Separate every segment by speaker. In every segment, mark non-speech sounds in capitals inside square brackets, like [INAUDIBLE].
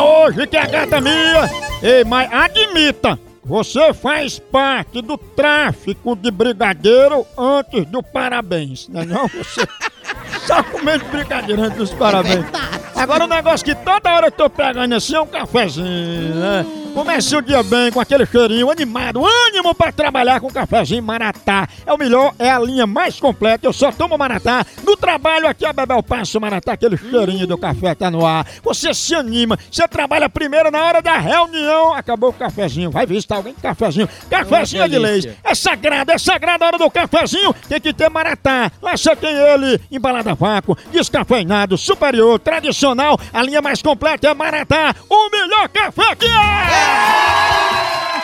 Speaker 1: hoje que a gata minha. Ei, mas admita, você faz parte do tráfico de brigadeiro antes do parabéns, né? Não, você [LAUGHS] só comendo brigadeiro antes dos parabéns. Agora o negócio que toda hora eu tô pegando assim é um cafezinho, né? Comece o dia bem com aquele cheirinho animado, ânimo pra trabalhar com cafezinho Maratá. É o melhor, é a linha mais completa. Eu só tomo Maratá. No trabalho aqui a Bebel Passo Maratá, aquele cheirinho do café tá no ar. Você se anima, você trabalha primeiro na hora da reunião. Acabou o cafezinho, vai visitar alguém com cafezinho. Cafezinho é de leis. É sagrado, é sagrado a hora do cafezinho. Tem que ter Maratá. Lá você tem ele, embalada a vácuo, descafeinado, superior, tradicional. A linha mais completa é Maratá. O melhor café que é!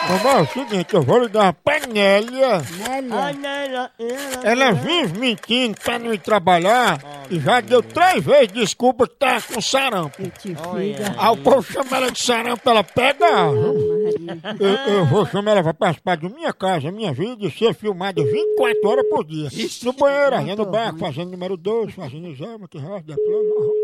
Speaker 1: Vovó, é o seguinte, eu vou lhe dar uma panela. Ela vive mentindo pra não ir trabalhar e já deu três vezes desculpa que tá com sarampo. Aí Ah, o povo chama ela de sarampo, ela pega. Eu, eu vou chamar ela pra participar de minha casa, minha vida, e ser filmada 24 horas por dia. No banheiro, arrendo o barco, fazendo número 2, fazendo exame, que roda, plano.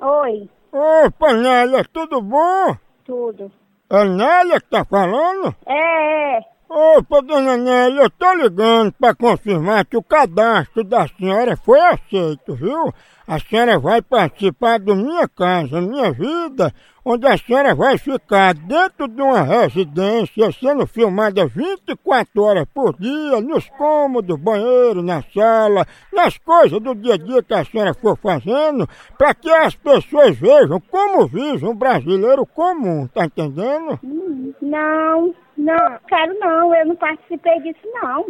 Speaker 2: Oi,
Speaker 1: Ô, panela, tudo bom?
Speaker 2: tudo.
Speaker 1: É Nélia que tá falando?
Speaker 2: É, é,
Speaker 1: Opa, dona Nélia, eu tô ligando pra confirmar que o cadastro da senhora foi aceito, viu? A senhora vai participar do Minha Casa, Minha Vida, onde a senhora vai ficar dentro de uma residência, sendo filmada 24 horas por dia, nos cômodos, banheiro, na sala, nas coisas do dia a dia que a senhora for fazendo, pra que as pessoas vejam como vive um brasileiro comum, tá entendendo?
Speaker 2: Hum, não, não, quero não, eu não participei disso não.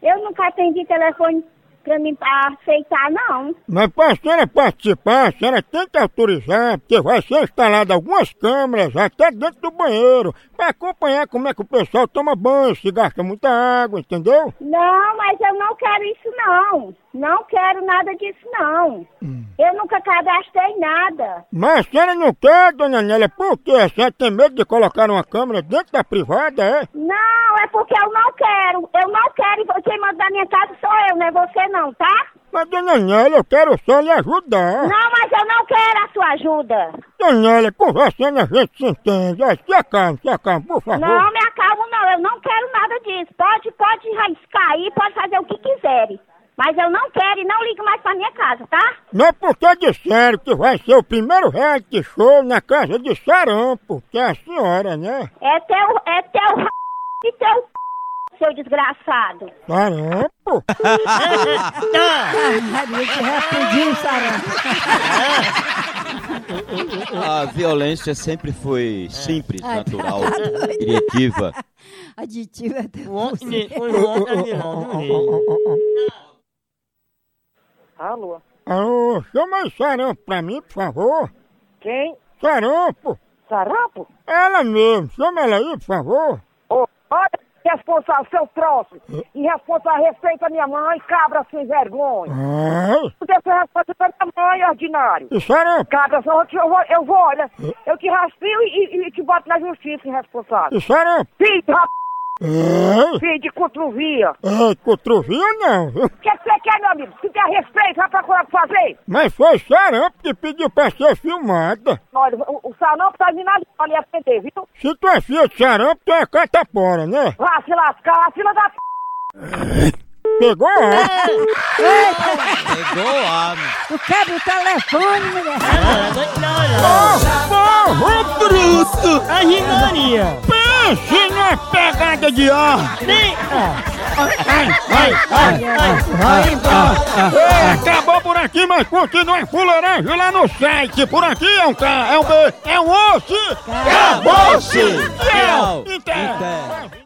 Speaker 2: Eu nunca atendi telefone pra mim pra aceitar não.
Speaker 1: Mas para a senhora participar, a senhora tem que autorizar, porque vai ser instalada algumas câmeras até dentro do banheiro, para acompanhar como é que o pessoal toma banho, se gasta muita água, entendeu?
Speaker 2: Não, mas eu não quero isso não. Não quero nada disso não. Eu nunca cadastrei nada.
Speaker 1: Mas a senhora não quer, dona Nélia, por quê? A senhora tem medo de colocar uma câmera dentro da privada, é?
Speaker 2: Não, é porque eu não quero. Eu não quero e quem manda da minha casa sou eu, não é você não, tá?
Speaker 1: Mas dona Nélia, eu quero só lhe ajudar.
Speaker 2: Não, mas eu não quero a sua ajuda.
Speaker 1: Dona Nélia, conversando a gente se entende. Ó, Se acalme, se acalme, por favor.
Speaker 2: Não, me acalmo não, eu não quero nada disso. Pode, pode riscar aí, pode fazer o que quiserem. Mas eu não quero e não ligo mais pra minha casa, tá?
Speaker 1: Não porque disseram que vai ser o primeiro reality show na casa de sarampo, que é a senhora, né?
Speaker 2: É teu, é teu [LAUGHS] r... e teu [LAUGHS] c... seu desgraçado.
Speaker 1: Sarampo?
Speaker 3: Ah,
Speaker 4: A violência sempre foi simples, natural, criativa.
Speaker 3: Aditiva até
Speaker 5: Alô?
Speaker 1: Alô, chama aí sarampo pra mim, por favor.
Speaker 5: Quem?
Speaker 1: Sarampo?
Speaker 5: Sarapo?
Speaker 1: Ela mesmo, chama ela aí, por favor.
Speaker 5: Ô, olha, responsável, seu troço. E responsável, respeita minha mãe, cabra sem vergonha.
Speaker 1: Ai,
Speaker 5: Porque você respeita minha mãe, ordinário.
Speaker 1: e sarampo?
Speaker 5: Cabra, só que eu vou, eu vou, olha, eu te raspio e, e- e te boto na justiça, irresponsável.
Speaker 1: E sarampo?
Speaker 5: Filho de rap,
Speaker 1: Ei,
Speaker 5: filho de cotovia.
Speaker 1: ei, cotrovia não, viu?
Speaker 5: O que que você quer, meu amigo? Se der respeito, vai procurar o que fazer.
Speaker 1: Mas foi sarampo que pediu pra ser filmada.
Speaker 5: Olha, o, o sarampo tá vindo ali pra lhe atender, viu?
Speaker 1: Se tu é filho de sarampo, tu é catapora, né?
Speaker 5: Vá se lascar, vacila da p...
Speaker 1: Pegou a
Speaker 4: Pegou a
Speaker 3: Tu quebra o telefone, mulher.
Speaker 1: Porra,
Speaker 4: bruto!
Speaker 6: A Rinaria!
Speaker 1: pense numa pegada de ar! Ai, ai, ai, ai, Acabou por aqui, mas continua em fuleiragem lá no site. Por aqui é um K, é um B, é um osso.
Speaker 4: Acabou-se!
Speaker 1: Tchau.
Speaker 4: Tchau. Inter.
Speaker 1: Inter.